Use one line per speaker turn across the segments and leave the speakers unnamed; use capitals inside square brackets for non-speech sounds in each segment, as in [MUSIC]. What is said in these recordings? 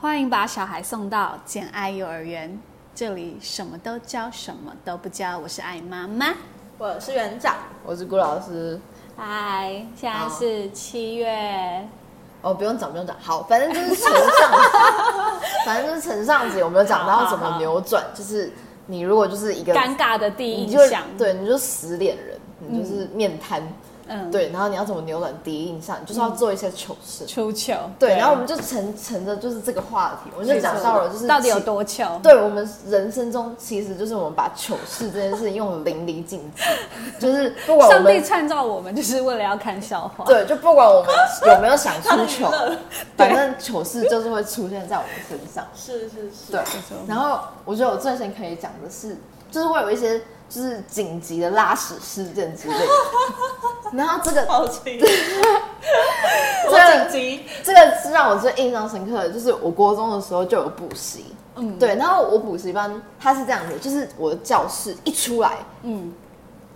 欢迎把小孩送到简爱幼儿园，这里什么都教，什么都不教。我是爱妈妈，
我是园长，
我是顾老师。
嗨，现在是七月，
哦，不用讲，不用讲。好，反正就是陈上
[LAUGHS]
子，反正就是陈上子有没有讲到怎么扭转？就是你如果就是一个
尴尬的第一
你
印
就
象，，
对，你就死脸人，你就是面瘫，
嗯，
对，然后你要怎么扭转第一印象？你就是要做一些糗事，
出糗，
对，然后我们就乘乘着就是这个话题，我们就讲到了就是
到底有
其
多糗？
对我们人生中，其实就是我们把糗事这件事情用得淋漓尽致，就是不管我
上帝
们
创造我们就是为了要看笑话，
对，就不管我们有没有想出糗，
对
反正糗事就是会出现在我们身上。
是是是，
对，然后我觉得我最先可以讲的是，就是会有一些就是紧急的拉屎事件之类的，然后这个
好
[LAUGHS]
紧，
这
好
个
紧急，
这个是让我最印象深刻的，就是我国中的时候就有补习，嗯，对，然后我补习班它是这样子，就是我的教室一出来，
嗯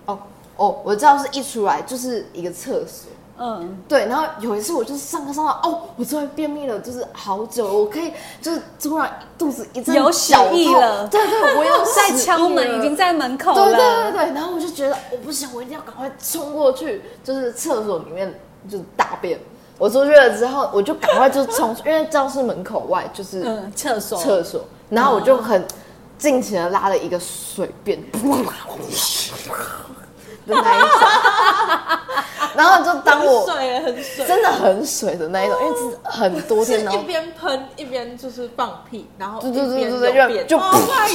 哦哦，我的教室一出来就是一个厕所，
嗯，
对，然后有一次我就是上课上到哦，我终于便秘了，就是好久，我可以就是突然肚子一阵
有
绞
屎意
痛
了
对对，我
[LAUGHS]
有
在
屎
敲
意
门，
了
已经在门口
对对对
了，
对，然后我就觉得我不行，我一定要赶快冲过去，就是厕所里面就是大便。我出去了之后，我就赶快就冲出，因为教室门口外就是
嗯，厕所，
厕所，然后我就很尽情的拉了一个水便 [LAUGHS] 的那一种，然后就当
很
我
水很水，
真的很水的那一种，因为真的很多
是
天，然后
一边喷一边就是放屁，然后
对
一
对
边
对
有
对对
便
就就
Oh my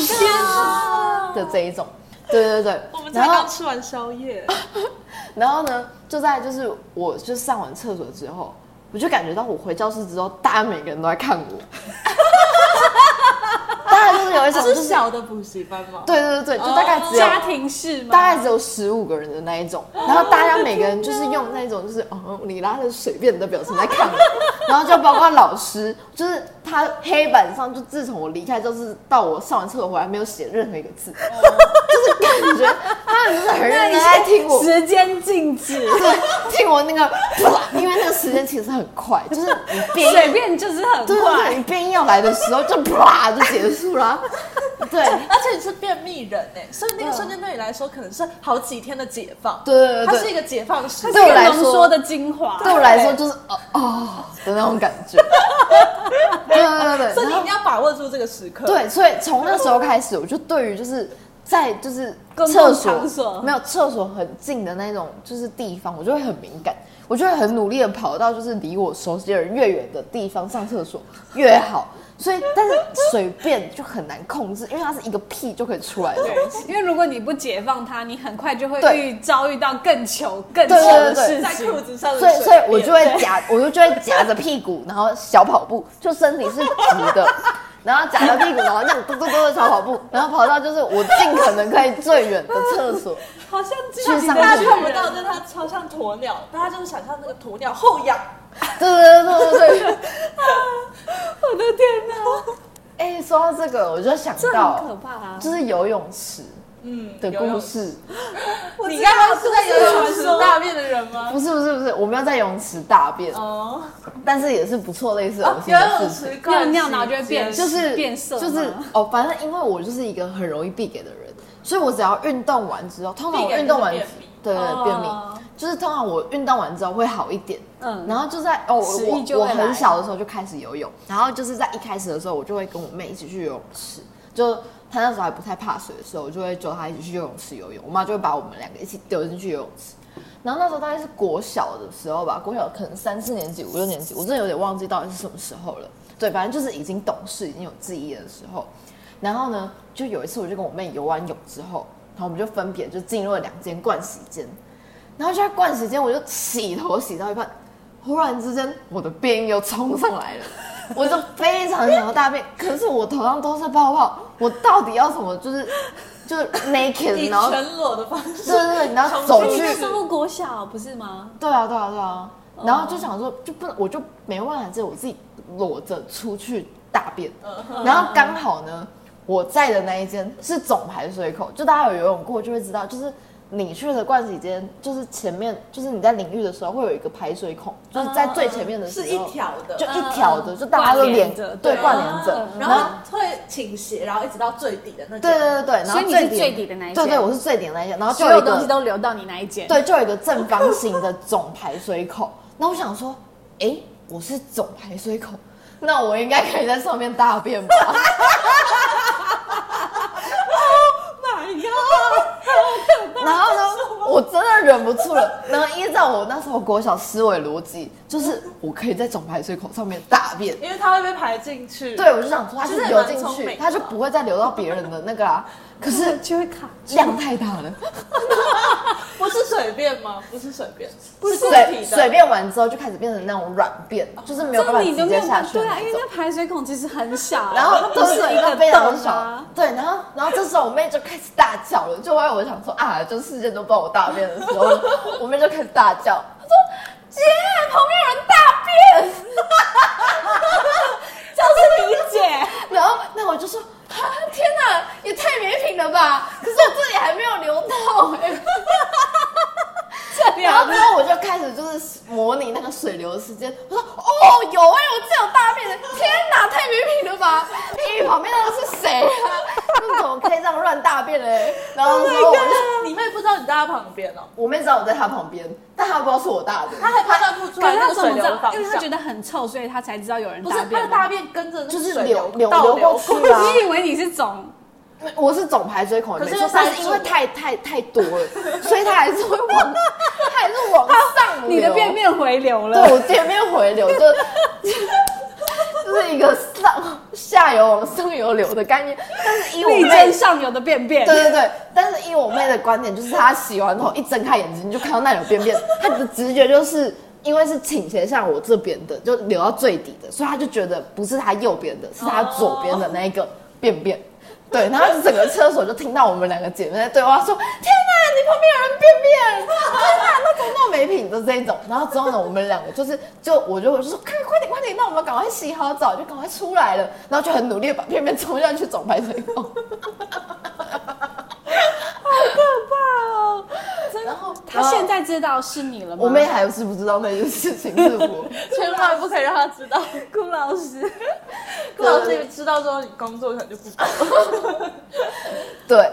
god！
的这一
[LAUGHS]
种，对对对，
啊我们才
然后啊
刚吃完宵夜，
然后呢，就在就是我就上完厕所之后，我就感觉到我回教室之后，大家每个人都在看
[LAUGHS]
我，大概就是有一种
这
就是是
啊小哦的补习班吗？
对对对，就大概只有、
家庭式吗？
大概只有十五个人的那一种，然后大家每个人就是用那种就是哦你拉的随便的表情在看我，然后就包括老师，就是他黑板上就自从我离开教室到我上完厕所回来没有写任何一个字， [LAUGHS] 就是感觉他们
[LAUGHS]
就是很认真地在听我。
时间静止，
对，听我那个，因为那个时间其实很快，就是你变
[LAUGHS] 随便就是很
对对
快
对，。你变硬要来的时候就啪就结束了。对
而且你是便秘人哎、所以那个瞬间对你来说可能是好几天的解放，
嗯对对对
它是一个
对，
解放时
它
间
是一
对我
个
来
浓
说
缩的精华，
对我来说就是哦哦的那种感觉。对对对
所
对，
以你一
然后
定要把握住这个时刻。，
对，所以从那时候开始，我就对于就是在就是
公共
厕
场所
所没有厕所很近的那种就是地方，我就会很敏感，我就会很努力的跑到就是离我熟悉的人越远的地方上厕所越好。所以，但是随便就很难控制，因为它是一个屁就可以出来的。
对，因为如果你不解放它，你很快就会
对
遇遭遇到更糗、更糗
对
的
对对
事
在裤
情。
子上的
所以，
水
所以我
便
就会夹，我就就会夹着屁股，然后小跑步，就身体是直的，然后夹着屁股，然后这样嘟嘟嘟的小跑步，然后跑到就是我尽可能可以最远的厕所。
好像只
去上
大
大
家
家
看
看
不
不
到，
到
就是
的，
它超像鸵鸟，大家就是想象那个鸵鸟后仰，
对对对对对。
我的天哪，
哎、说到这个，我就想
这很可
到，
怕啊！
就是游泳池
嗯
的故。事。
你
你
刚
刚
刚
刚是在游泳池大便的人吗？
不是不是不是，我没有在游泳池大便，
哦，
但是也是不错类似
哦
恶心
游
的
泳
事情。
池
尿尿然后就会变
就
就是
变色
就是
吗
哦，反正因为我就是一个很容易闭给的人，所以我只要运动完之后，通常
闭
我
给
运动完
就是
对
便秘
对对便秘
哦，
就是通常我运动完之后会好一点。
嗯
然后就在哦，我
食欲就
我我
会来
很小的时候就开始游泳，然后就是在一开始的时候，我就会跟我妹一起去游泳池，就她那时候还不太怕水的时候，我就会揪她一起去游泳池游泳，我妈就会把我们两个一起丢进去游泳池。然后那时候大概是国小的时候吧，国小可能三四年级、五六年级，我真的有点忘记到底是什么时候了。对，反正就是已经懂事、已经有记忆的时候。然后呢，就有一次我就跟我妹游完泳之后，然后我们就分别就进入了两间盥洗间，然后就在盥洗间，我就洗头洗到一半，忽然之间我的便意又冲上来了， [LAUGHS] 我就非常想要大便，可是我头上都是泡泡，我到底要怎么就是就是
以
naked，然后对
全裸的方式，
对对，然后
我
走
你
去
那时候国小不是吗？
对啊，对啊，对啊。
嗯
然后就想说，就不能，我就没办法，这我自己裸着出去大便。
嗯
然后刚好呢，我在的那一间是总排水口，就大家有游泳过就会知道，就是你去的盥洗间，就是前面，就是你在淋浴的时候会有一个排水孔，就是在最前面的
嗯
嗯时候，
是一条的
就一条的，就大家都连
挂连着
对，
对
挂连着
嗯，
然后会倾斜，然后一直到最底的那种。
对对对对，然
所
后
以你是
底
最底的那一
对对，
间
我是最底的那一间，然后就
所
有
有
一个
东西都流到你那一间。，
对，就有一个正方形的总排水口。那我想说，哎，我是总排水口，那我应该可以在上面大便吧？ [LAUGHS]
My God，
然后呢，我真的忍不住了。然后依照我那时候国小思维逻辑，就是我可以在总排水口上面大便。
因为它会被排进去。
对，我就想说它
其
是
实也
流
蛮
进
聪
去，
明
它就
的
不会再流到别人的那个啦。可是
就会卡住。
量太大了，
不是水便吗？不是水便，是固
水
体
水
的。
便完之后就开始变成那种软便，就是没有办法
哦这
直
你就没
接
有
下
办
去
法对
的
啊，因
那
为
种。
那排水孔其实很小，
然后
它
都
不
是
是
一
一
个
个
非常
洞
小
啊，，
对，然后然后这时候我妹就开始大叫了，就外我想说啊，就世界都帮我大便的时候，我妹就开始大叫，她说姐，旁边有人大便。 [LAUGHS]
就是你姐。
[LAUGHS] 然后那我就说，啊，天哪，也太没品了吧！可是我这里还没有流到哎、然后之后我就开始就是模拟那个水流的时间，我说哦有哎、我这有大便的，天哪，太没品了吧！哎，旁边那个是谁啊？那怎么可以这样乱大便嘞？然后之后我就。
Oh 你妹不知道你在她旁边哦，
我妹知道我在她旁边，但她不知道是我大 [LAUGHS] 的。
她还判断不出
可
来
是
那
他
个
怎么
水
知
流的
道？
方
因为他觉
向。
得很臭，所以他才知道有人
不
大
是
便。啊
她的大便跟着那个
就是
水
流流
倒
流
流
过去啊
你以为你是总
我是总排追孔，
可是
没
又
错，但
塞
是
住
因为太太太多 [LAUGHS] 了，所以她还是会往，她还是往上流。
你的便便回流了。
对我前面回流就就是一个上下游往上游流的概念，但是以我
力
妹
争。上游的便便，
对对对，但是以我妹的观点，就是她洗完后一睁开眼睛就看到那有便便，她的直觉就是因为是倾斜向我这边的，就流到最底的，所以她就觉得不是她右边的，是她左边的那一个便便。对，然后整个厕所就听到我们两个姐妹在对话，说：“天哪，你旁边有人便便！天哪，那怎么那么没品的这一种？”然后之后呢，我们两个就是就我就我就说：“快快点快点，那我们赶快洗好澡，就赶快出来了。”然后就很努力地把便便冲下去总排水孔。然后
他现在知道是你了吗？
我妹还是不知道那件事情是
[LAUGHS]
我，
千万不可以让她知 [LAUGHS] 道。
顾老师，
顾老师也知道之后，你工作可能就不保。
对，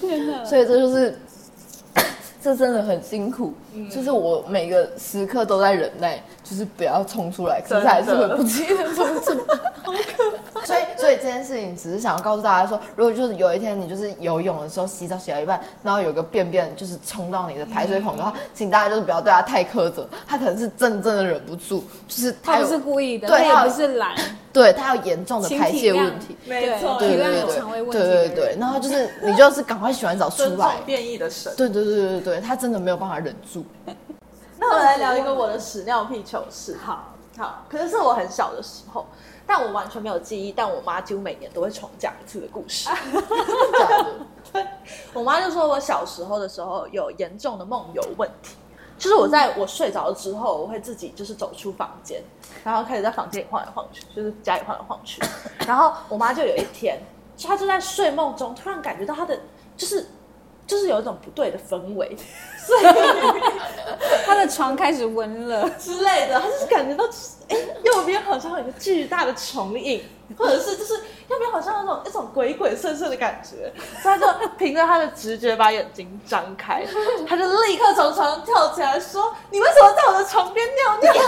天哪！
所以这就是，这真的很辛苦，
嗯
就是我每个时刻都在忍耐，就是不要冲出来，可是还是会不记得冲出
[LAUGHS]
来，所以所以这件事情只是想要告诉大家说，如果就是有一天你就是游泳的时候洗澡洗到一半，然后有个便便就是冲到你的排水孔的话，
嗯
请大家就是不要对它太苛责，它可能是真正的忍不住，就是它
他
有
不是故意的，
对
他
他
也
有
不是懒，
对它有严重的
请
排
体
泄
谅
问题。
没错
对
体
对
谅
对
有
对
肠胃问题的
对对
人。
对，然后就是你就是赶快洗完澡出
尊
来
重，变异的神。
对对对对对，他真的没有办法忍住。
那我来聊一个我的屎尿屁糗事。
好，
好，可是是我很小的时候，但我完全没有记忆，但我妈几乎每年都会重讲一次的故事。
真的假的
我妈就说我小时候的时候有严重的梦游问题，就是我在我睡着之后，我会自己就是走出房间，然后开始在房间里晃来晃去，就是家里晃来晃去。然后我妈就有一天，就她就在睡梦中突然感觉到她的就是就是有一种不对的氛围，
他的床开始温了，
之类的，他就是感觉到，哎、右边好像有一个巨大的虫影，或者是就是右边好像有种一种鬼鬼祟祟的感觉，所以他就凭着他的直觉把眼睛张开，他就立刻从床上跳起来说：“你为什么在我的床边尿尿？”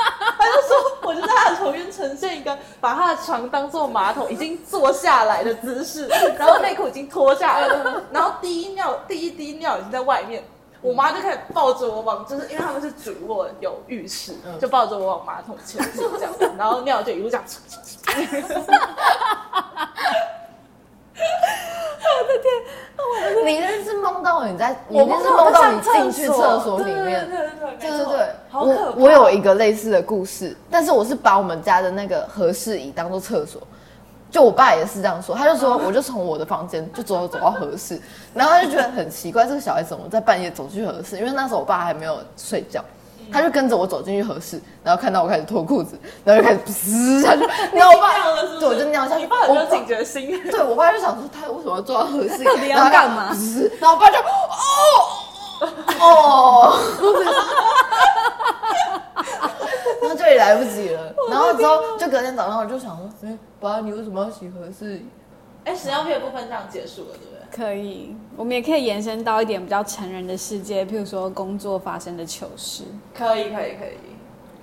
[LAUGHS] 他就说：“我就在他的床边呈现一个把他的床当做马桶已经坐下来的姿势，然后内裤已经脱下来了，然后第一尿第一滴尿已经在外面。”我妈就开始抱着我往，就是因为他们是主卧有浴室，就抱着我往马桶前进这样，然后尿就一路这样。
你那是梦到你在，你
我
那
梦
是
到
梦
我在
到
上
你进去厕所里
对
面。
对对
对
没
对
错
对，
好可怕。
我我有一个类似的故事，但是我是把我们家的那个和室椅当做厕所，就我爸也是这样说，他就说我就从我的房间就走走到和室， [LAUGHS] 然后他就觉得很奇怪，这个小孩怎么在半夜走去和室？因为那时候我爸还没有睡觉，他就跟着我走进去和室，然后看到我开始脱裤子，然后就开始 [LAUGHS] 噗下去，然后我爸
[LAUGHS] 尿了是不是
对我就尿下去，
你爸很
我
有警觉心， [LAUGHS]
[LAUGHS] 对我爸就想说他为什么要做到合适， [LAUGHS]
到底要
然后他
干嘛
噗然后我爸就哦，哦， [LAUGHS] 然后就也来不及了。然后之后就隔天早上我就想说，哎、爸，你为什么要洗合适？
哎，屎尿屁的部分这样结束了，对不对？
可以，我们也可以延伸到一点比较成人的世界，譬如说工作发生的糗事。
可以，可以，可以。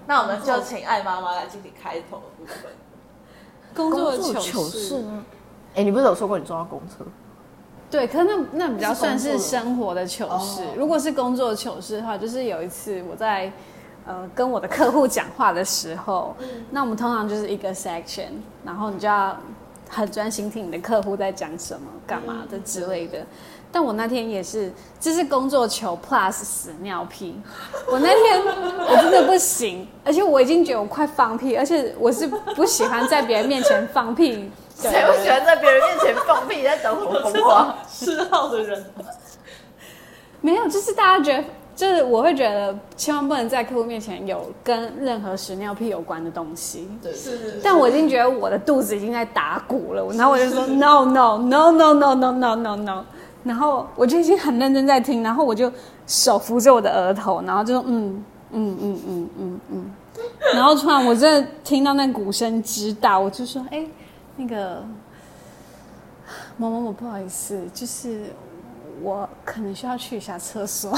那我们就请艾妈妈来进行开头的部 [LAUGHS] 分。
工作的糗
事吗？哎、你不是有说过你撞到公车？
对，可是那那比较算是
那是
生活的糗事
哦。
如果是工作的糗事的话，就是有一次我在呃跟我的客户讲话的时候，那我们通常就是一个 section，然后你就要很专心听你的客户在讲什么、干嘛的之类的。但我那天也是，这是工作球 plus 屎尿屁。我那天我真的不行，而且我已经觉得我快放屁，而且我是不喜欢在别人面前放屁的人。
[LAUGHS] 谁会喜欢在别人面前放屁，在讲什么疯 [LAUGHS] 话？
嗜好的人，
没有，就是大家觉得，就是我会觉得，千万不能在客户面前有跟任何屎尿屁有关的东西。
对，
是是是。
但我已经觉得我的肚子已经在打鼓了，然后我就说 no no no no no no no no no，然后我就已经很认真在听，然后我就手扶着我的额头，然后就嗯嗯嗯嗯嗯嗯，然后突然我真的听到那鼓声知道，我就说哎、那个某某某不好意思，就是我可能需要去一下厕所。 [LAUGHS]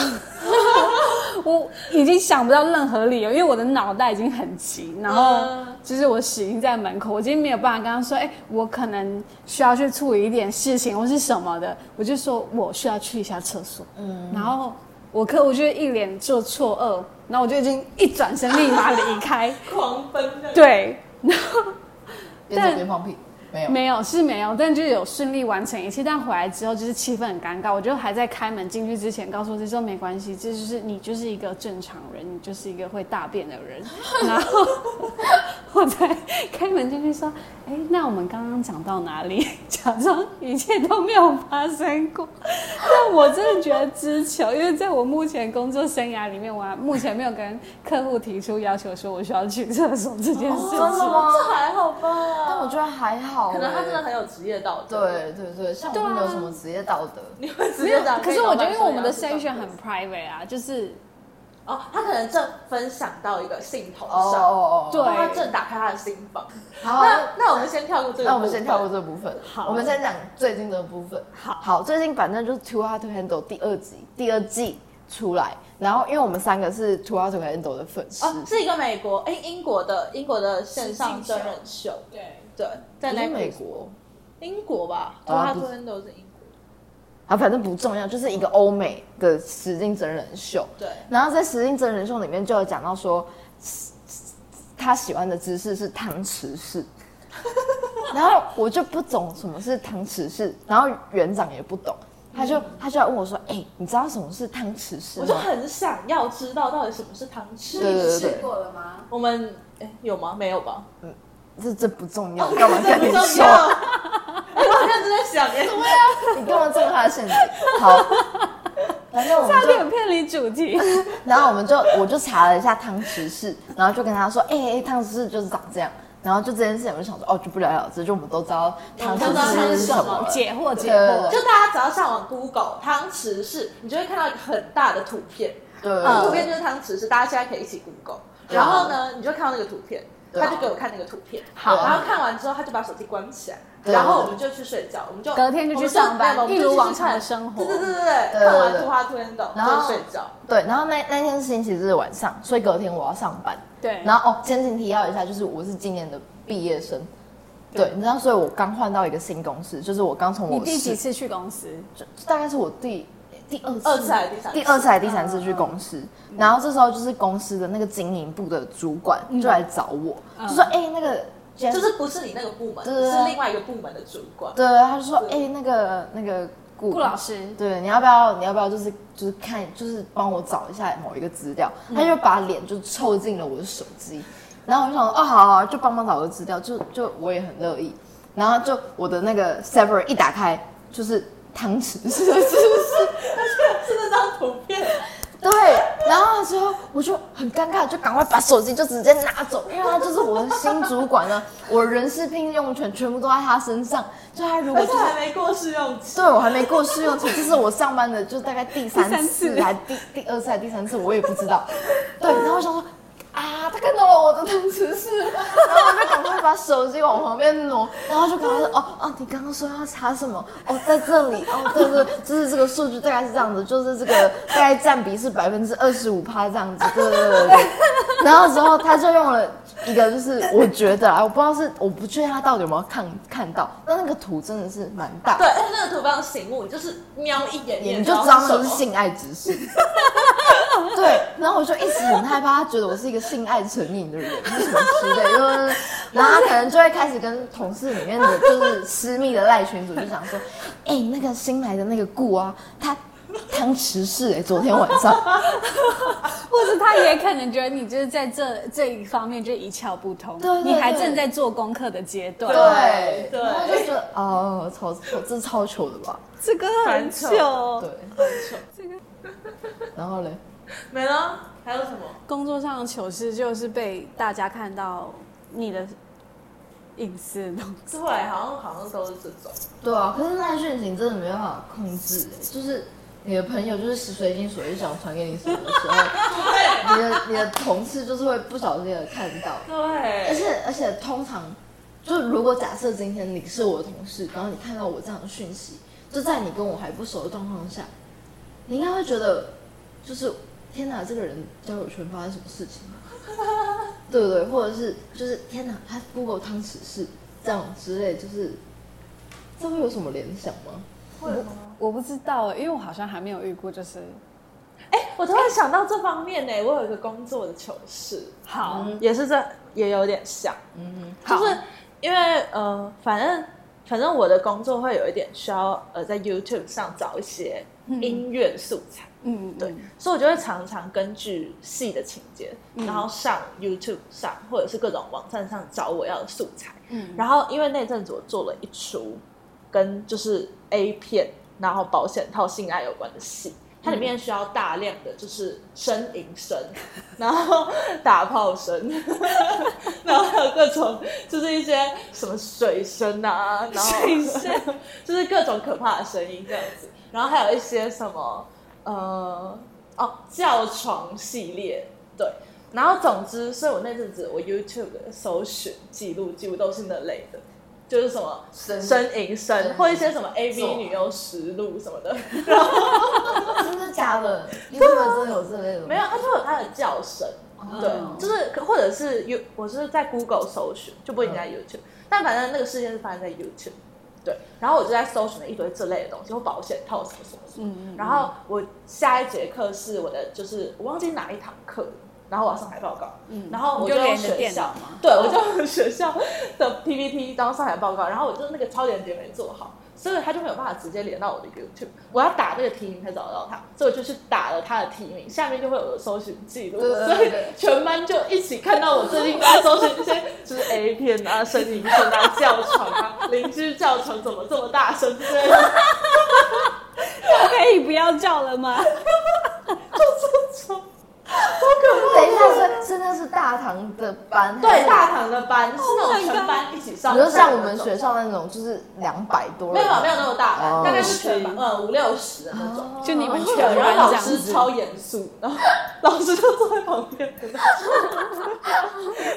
我已经想不到任何理由，因为我的脑袋已经很急，然后
嗯
就是我死硬在门口，我今天没有办法跟他说，哎、我可能需要去处理一点事情或是什么的，我就说我需要去一下厕所，嗯，然后我客户就一脸做错愕，然后我就已经一转身立马离开， [LAUGHS]
狂奔的，
对，
边走边放屁，没有。
没有是没有，但就有顺利完成一切。但回来之后就是气氛很尴尬，我就还在开门进去之前告诉自己说没关系，这就是你就是一个正常人，你就是一个会大便的人。
[LAUGHS]
然后我才开门进去说，哎，那我们刚刚讲到哪里？假装一切都没有发生过。 [LAUGHS] 但我真的觉得知球，因为在我目前工作生涯里面，我还目前没有跟客户提出要求说我需要去厕所这件事情。
哦真的吗
哦这还好吧？
但我觉得还好、欸，
可能他真的很有职业道德。 [LAUGHS]
对对对，啊像我就没有什么职业道德。
你会直
没
接
有
打。，
可是我觉得因为我们的
筛
section
选
很 private 啊，就是
哦，他可能正分享到一个信头
哦
上，
哦哦，
对
他正打开他的心房。
好，
那那我们先跳过这个，
哦那我们先跳过。这部分，
好
我们先讲最近的部分。
好
好，最近反正就是《Too Hot to Handle》第二集，第二季出来，然后因为我们三个是《Too Hot to Handle》的粉丝，
哦，是一个美国哎，英国的英国的线上真人秀，
对，
对，在
不是
Netflix
美国
英国吧，
啊
他
不是
昨天都是英国，
啊，反正不重要，就是一个欧美的实境真人秀。
对，
然后在实境真人秀里面就有讲到说，他喜欢的姿势是汤匙式，然后我就不懂什么是汤匙式，然后园长也不懂，他就他就来问我说，哎、你知道什么是汤匙式
嗯我就
吗？
很想要知道到底什么是汤匙。
对对对
试过了吗？
我们哎有吗？没有吧？
这哦这不重要，干嘛跟
这
你
不重
说？
要。哎 [LAUGHS] 我认真在想，哎，
你干嘛中他的陷阱？好，反正我们
差
就，
点偏离主题。
然后我们就，我就查了一下汤匙式，然后就跟他说，哎、哎，汤匙式就是长这样。然后就这件事情，我就想说，哦，就不了了之，就我们都知道汤匙式是什么了。
解惑解
对
惑，
就大家只要上网 Google 汤匙式，你就会看到一个很大的图片，
对，
那图
对
片就是汤匙式，大家现在可以一起 Google。
嗯对
然后呢，你就看到那个图片，
对
他就给我看那个图片，
好
然后看完之后他就把手机关起来，
对
然后我们就去睡觉，我们就
隔天就去上班
我们就
一如
我们就继续
往常的
看
生活
对对对对对，
对
看
对对
完突花突然懂，
然后
就睡觉。
对，然后那那天是星期日的晚上，所以隔天我要上班。
对
然后哦，先前提要一下，就是我是今年的毕业生，对，你知道，所以我刚换到一个新公司，就是我刚从
你
我
第几
实
次去公司？
就大概是我第第二次
二次还是第三次
第二次还是第三次去公司，然后这时候就是公司的那个经营部的主管就来找我，就说哎、那个 Jen-
就是不是你那个部门，
对对对
是另外一个部门的主管。 [LAUGHS]
对，他就说哎、
对
那个那个顾
顾老师
对，你要不要？你要不要？就是就是看，就是帮我找一下某一个资料。他就把脸就凑近了我的手机，然后我就想说，哦，好好好，就帮忙找个资料，就就我也很乐意。然后就我的那个 server 一打开， [LAUGHS] 就是汤匙，是是是，
是那张图片，
对，然后之后我就很尴尬，就赶快把手机就直接拿走，因为他就是我的新主管呢，我人事聘用权全部都在他身上。就他如果
而
就
且
是
还没过试用期，
对我还没过试用期，这是我上班的，就大概第
第三
三
次
次，还第第二次还第三次，我也不知
[LAUGHS]
道。对，然后我想说啊，他看到了我的汤匙是，然后我就赶快把手机往旁边挪，然后就跟他说哦哦，你刚刚说要查什么？哦，在这里哦，对对，就是这个数据大概是这样子，就是这个大概占比是百分之二十五趴这样子，对对对对对。
[LAUGHS]
然后之后他就用了一个，就是我觉得啊，我不知道是我不确定他到底有没有看看到，但那个图真的是蛮大的
对，而且那个图标醒目，你就是瞄一眼，
你
也
就知道那个是性爱指示。 [LAUGHS] 对，然后我就一直很害怕，他觉得我是一个性爱成瘾的人，就是什么之类的，就是， [LAUGHS] 然后他可能就会开始跟同事里面的就是私密的赖群主就讲说，哎、那个新来的那个顾啊，他汤匙是哎、昨天晚上，
或者他也可能觉得你就是在这这一方面就一窍不通，
对对对
你还正在做功课的阶段。
[LAUGHS] 对
对
然后就觉得哦，超超这是超糗的吧？
这个很
很
糗。
对，然后嘞，
没了，还有什么？
工作上的糗事就是被大家看到你的隐私的东西。
对，好像好像都是这种。
对啊，可是赖讯息真的没办法控制、欸，就是你的朋友就是随心所欲想传给你什么的时候，
对
你的你的同事就是会不小心的看到，而
对，
且而且通常就如果假设今天你是我的同事，然后你看到我这样的讯息，就在你跟我还不熟的状况下，你应该会觉得就是天哪，这个人交友圈发生什么事情了 [LAUGHS] 对不对？或者是就是天哪，他 Google 汤匙是这样之类，就是这会有什么联想吗？
会吗？
我不知道欸，因为我好像还没有遇过，就是
哎、我突然想到这方面呢、我有一个工作的糗事，
好，
也是这也有点像，
嗯
好
就是因为呃，反正反正我的工作会有一点需要呃，在 YouTube 上找一些
嗯
音乐素材，
嗯，
对
对，，
所以我就会常常根据戏的情节，
嗯
然后上 YouTube 上或者是各种网站上找我要的素材。
嗯，
然后因为那阵子我做了一出跟就是 A 片，然后保险套性爱有关的戏，它里面需要大量的就是呻吟
[LAUGHS]
声，然后打炮声， [LAUGHS] 然后还有各种就是一些什么水声啊，然后
水声
[LAUGHS] 就是各种可怕的声音这样子，然后还有一些什么呃哦叫床系列对。然后总之，所以我那阵子我 YouTube 的搜寻记录几乎都是那类的，就是什么
声
呻吟声，或一些什么 AV
做
女优实录什么的，
哦真的假的？ [LAUGHS] 你日本真的有这类的吗？哦
没有，它就有它的叫声，
嗯
对，就是可或者是 You，我是在 Google 搜寻，就不一定
嗯
在 YouTube，、但反正那个事件是发生在 YouTube，对，然后我就在搜寻了一堆这类的东西，或保险套什么什么什么，
嗯嗯
然后我下一节课是我的，就是我忘记哪一堂课，然后我要上台报告，
嗯
然后我
你就
用
连着
学
电脑
校
吗，
对我
哦
就用学校的 PPT 当上台报告，然后我就那个超连接没做好。所以他就没有办法直接连到我的 YouTube，我要打那个提名才找得到他，所以我就去打了他的提名，下面就会有我的搜寻记录，
对对对
所以
对
全班就一起看到我最近在搜寻一些就是 A 片啊、呻吟声啊、叫床啊、 [LAUGHS] 邻居叫床怎么这么大声之类的，
[LAUGHS] 可以不要叫了吗？ [LAUGHS]
等一下是是那是大堂的班，还
对
是
大堂的班是那
Oh my
种
god
全班一起上
比
课的那种，
如像我们学校那种就是两百多
没
人，
有没有那么大班，
哦
大概是全班呃五六十的那种。
就你们全
对，哦然后
班这
老
样
师
子，
超严肃，然后老师就坐在旁边，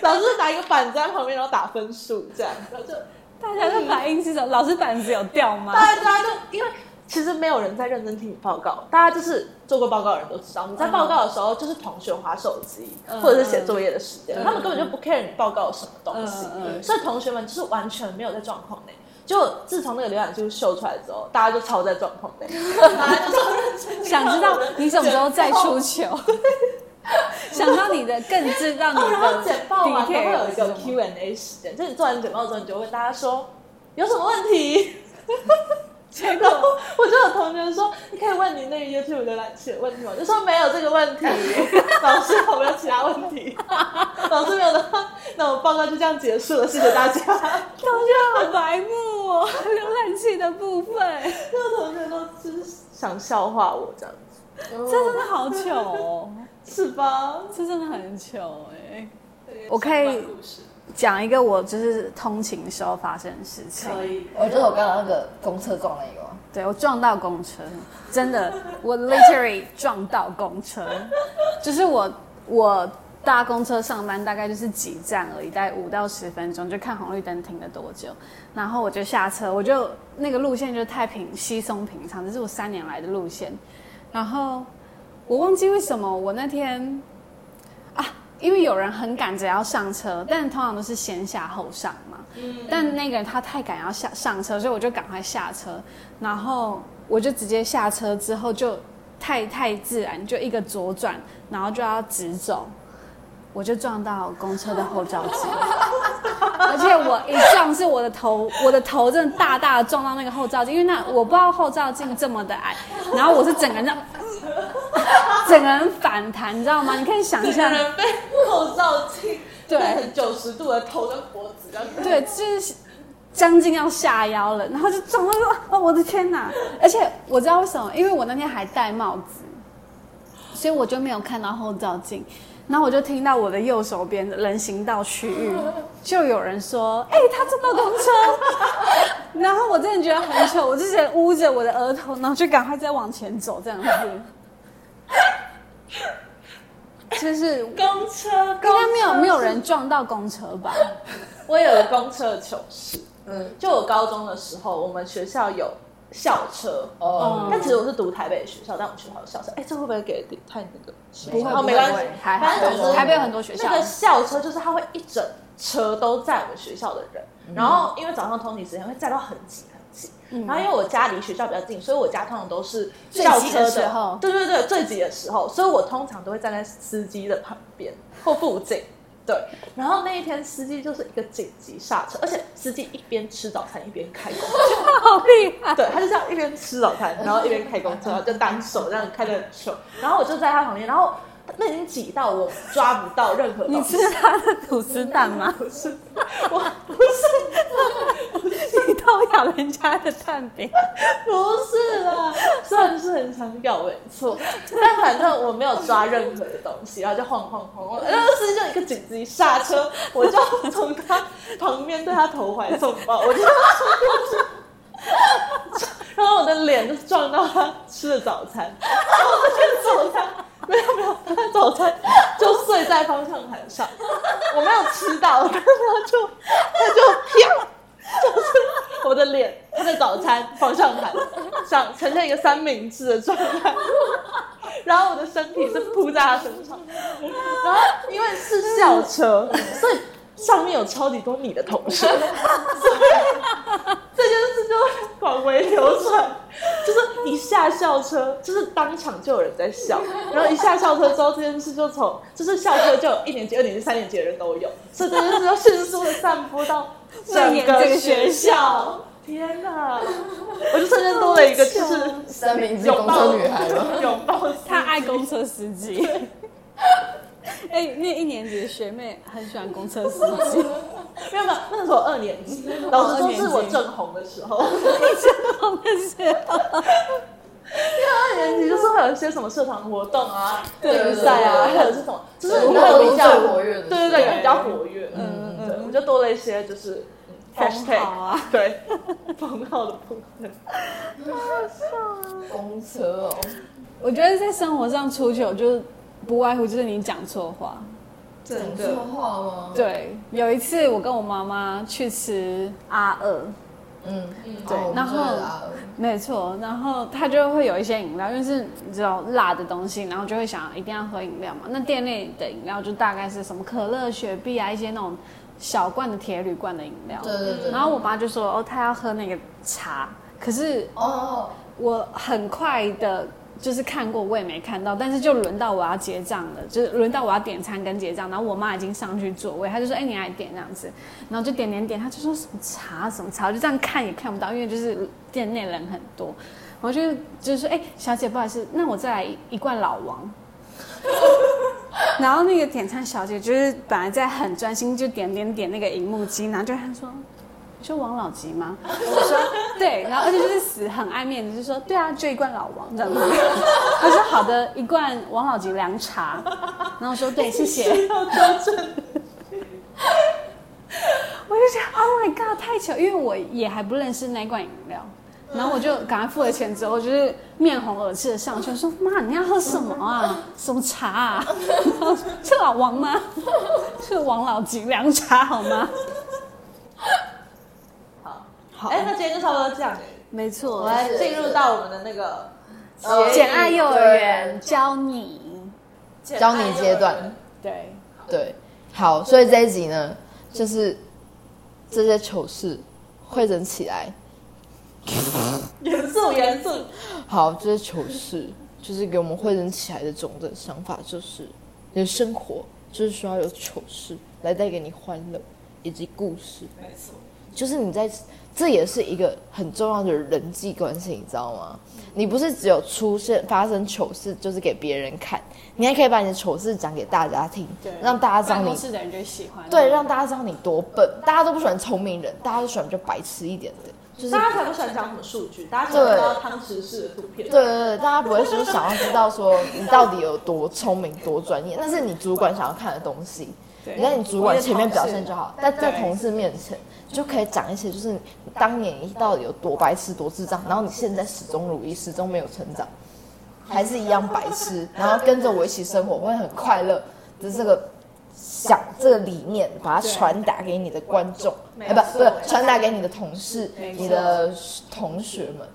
老师拿一个板子在旁边，然后打分数这样，然后就
大家的反应是什么？老师板子有掉吗？
大家大家就因为其实没有人在认真听你报告，大家就是做过报告的人都知道，你在报告的时候就是同学划手机、
嗯
或者是写作业的时间，
嗯
他们根本就不 care 你报告什么东西，
嗯嗯
所以同学们就是完全没有在状况内。就自从那个浏览记录秀出来之后，大家就超在状况内，大家就超认真
想知道你什么时候再
[LAUGHS]
出球，想知道你的更知道你
哦，然后
的
简报完都
DK
会有一个
是什么
Q&A 时间，就是你做完简报之后，你就问大家说有什么问题。 [LAUGHS] 结果我就有同学说，你可以问你那个 YouTube 浏览器的问题吗？我就说没有这个问 [LAUGHS] 题，老师有没有其他问题？老师没有的话，那我报告就这样结束了，谢谢大家。
同学好白目哦， [LAUGHS] 浏览器的部分。
那个同学都就是想笑话我这样子，
这真的好糗哦，
是吧？
这真的很糗哎、我可以讲一个我就是通勤时候发生的事情。
可以，
我觉得哦我刚刚那个公车撞了一个，
对我撞到公车，真的，我 literally 撞到公车，就是我我搭公车上班大概就是几站而已，大概五到十分钟，就看红绿灯停了多久，然后我就下车，我就那个路线就是太平稀松平常，这是我三年来的路线，然后我忘记为什么我那天啊，因为有人很赶着要上车，但通常都是先下后上嘛。但那个人他太赶要下上车，所以我就赶快下车，然后我就直接下车之后就太太自然，就一个左转，然后就要直走，我就撞到公车的后照镜， [LAUGHS] 而且我一撞是我的头，我的头真的大大的撞到那个后照镜，因为那我不知道后照镜这么的矮，然后我是整个人这样，嗯整个人反弹，你知道吗？你可以想
整个
象。
人被后照镜
对
变成九十度的头跟脖子这样子。
对，就是将近要下腰了，然后就撞到说：“哦，我的天哪！”而且我知道为什么，因为我那天还戴帽子，所以我就没有看到后照镜。然后我就听到我的右手边的人行道区域就有人说：“哎、他撞到公车。”然后我真的觉得很糗，我就觉得捂着我的额头，然后就赶快再往前走，这样子。 [LAUGHS] 就是应
公车，公
该没有
车
没有人撞到公车吧？
我有个公车的糗事，
嗯，
就我高中的时候，我们学校有校车。
哦，
但其实我是读台北学校，但我们学校有校车。哎、这会不会给太那个？
不会
哦，没关系
不会，
还
反
好
正总之
台北有很多学校
那个校车就是它会一整车都载我们学校的人，
嗯
然后因为早上通勤时间会载到很挤很挤。
嗯
然后因为我家离学校比较近，所以我家通常都是校
最挤
车
的时候
对对对，最挤的时候，所以我通常都会站在司机的旁边或附近。对，然后那一天司机就是一个紧急刹车，而且司机一边吃早餐一边开
[LAUGHS]
工。
好厉害！
对，他就这样一边吃早餐，然后一边开公车，就单手这样开的很久，然后我就在他旁边，然后那已经挤到我抓不到任何
你
东西，
吃他的吐司蛋吗？
不是，我不
你偷咬人家的蛋饼，
不是啦，虽然是很想咬没错，但反正我没有抓任何的东西，然后就晃晃晃晃，然后司机就一个紧急刹车，我就从他旁边对他投怀送抱，我就冲过去，然后我的脸就撞到他吃的早餐，然后我就早餐没有没有，他的早餐就睡在方向盘上，我没有吃到，但是他就他就啪。我的脸，他的早餐方向盘上呈现一个三明治的状态，然后我的身体是扑在他身上，然后因为是校车，所以上面有超级多你的同事，所以这件事就广为流传，就是一下校车，就是当场就有人在笑，然后一下校车之后，这件事就从就是校车就有一年级、二年级、三年级的人都有，所以这件事就迅速的散播到整个学校。天哪！我就瞬间多了一个，就是
三明治
拥
公
抱
车女孩
[LAUGHS]
了。，
拥抱司机
他爱公车司机。 [LAUGHS] 哎、那一年级的学妹很喜欢公车司 [LAUGHS] 机，
没有没有，那个时候我二年级，老师说是我正红的时候，
我们是
二年级就是会有一些什么社团活动啊、
对
竞赛啊，
对对对
还有这种，就是
对
会有比较
我们最活跃的时候
对对对，有比较活跃，嗯
嗯
嗯，对，我们就多了一些就是嗯
封
hashtag，
号啊
对， [LAUGHS] 封嗯号的部分，
公车哦，
我觉得在生活上出糗就是不外乎就是你讲错话。
真
讲错话吗？
对，有一次我跟我妈妈去吃阿二，
嗯，
对
哦
然后
我们这啦
没错，然后它就会有一些饮料，因为是你知道辣的东西，然后就会想一定要喝饮料嘛。那店内的饮料就大概是什么可乐、雪碧啊，一些那种小罐的铁铝罐的饮料。
对对对，
然后我妈就说：“哦，她要喝那个茶。”可是
哦，
我很快的，就是看过我也没看到，但是就轮到我要结账了，就是轮到我要点餐跟结账，然后我妈已经上去座位，她就说：“哎、你来点这样子。”然后就点点点，她就说什么茶什么茶，我就这样看也看不到，因为就是店内人很多，我就就说：“哎、小姐，不好意思，那我再来一一罐老王。” [LAUGHS] 然后那个点餐小姐就是本来在很专心，就点点点那个荧幕机，然后就她说：“你说王老吉吗？”我说：“对，然后而且就是死很爱面子，就说对啊，就一罐老王这样子。他说好的，一罐王老吉凉茶。然后我说 [LAUGHS] 对，谢谢。
要纠正
我就觉得 Oh my God，太巧，因为我也还不认识那一罐饮料。然后我就赶快付了钱之后，我就是面红耳赤的上去，我说：“妈，你要喝什么啊？什么茶啊？ [LAUGHS] 然后说是老王吗？是王老吉凉茶好吗
好，？”
好，
哎、那今天就差不多这样，
没
我
错
们，来进入到我们的那个
呃
简爱幼儿园教你，
教你阶段。
对，
对，好，所以这一集呢，就是这些糗事汇整起来，
严肃严肃，
好，这些糗事就是给我们汇整起来的总的想法，就是你的生活就是需要有糗事来带给你欢乐以及故事，
没错，
就是你在这也是一个很重要的人际关系，你知道吗？你不是只有出现发生糗事就是给别人看，你还可以把你的糗事讲给大家听
对，
让大家知道
办
你
公室的人就会喜欢，
对，让大家知道你多笨，大家都不喜欢聪明人，大家都喜欢就白痴一点的，就是
大家才不喜欢讲什么数据，大家喜欢看到汤匙式的图片。
对对对，大家不会说想要知道说你到底有多聪明、多专业，那是你主管想要看的东西。
对
你在你主管前面表现就好，但在
对
同事面前就可以讲一些，就是你当年你到底有多白痴、多智障，然后你现在始终如一，始终没有成长，还是一样白痴，然后跟着我一起生活会很快乐的这个想这个理念，把它
对
传达给你的观众，
没
哎，不
错
不是，传达给你的同事
没、错
你的同学们，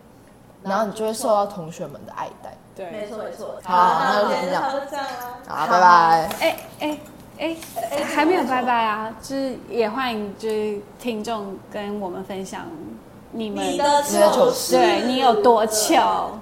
然后你就会受到同学们的爱戴。
对，
没错没错。
好
那
那
我
就
们今天
先这
就
样
差不多这样啦。
好，拜拜。
哎哎哎，还没有拜拜啊，就是也欢迎就是听众跟我们分享你们
你的
你的糗事
对你有多糗，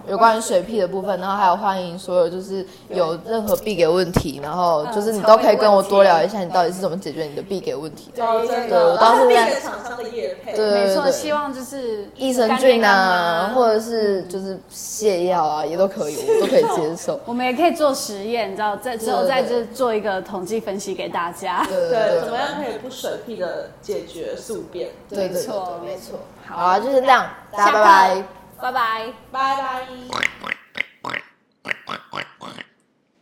有关于水屁的部分，然后还有欢迎所有就是有任何必给问题，然后就是你都可以跟我多聊一下，你到底是怎么解决你的避给问 [LAUGHS] 题的。
哦，真
对
的，
我当时
是
在
厂商的业配。
对
没
对
错，
对
希望就是
益生菌啊，或者是就是泻药啊，也都可以，我都可以接受。
我们也可以做实验，你知道，在之后
对对
再就是做一个统计分析给大家。
对
对，
对
怎么样可以不水屁的解决宿便？
对对，
没错
对对没错。
好
好啊，就是这样，大
下
家
课
拜拜。
拜拜。
拜拜。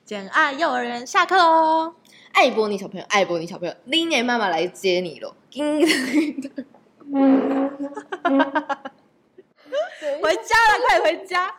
简爱幼儿园下课喽！
爱波尼小朋友，爱波尼小朋友，林年妈妈来接你喽。 [LAUGHS]
回家了，快点回家。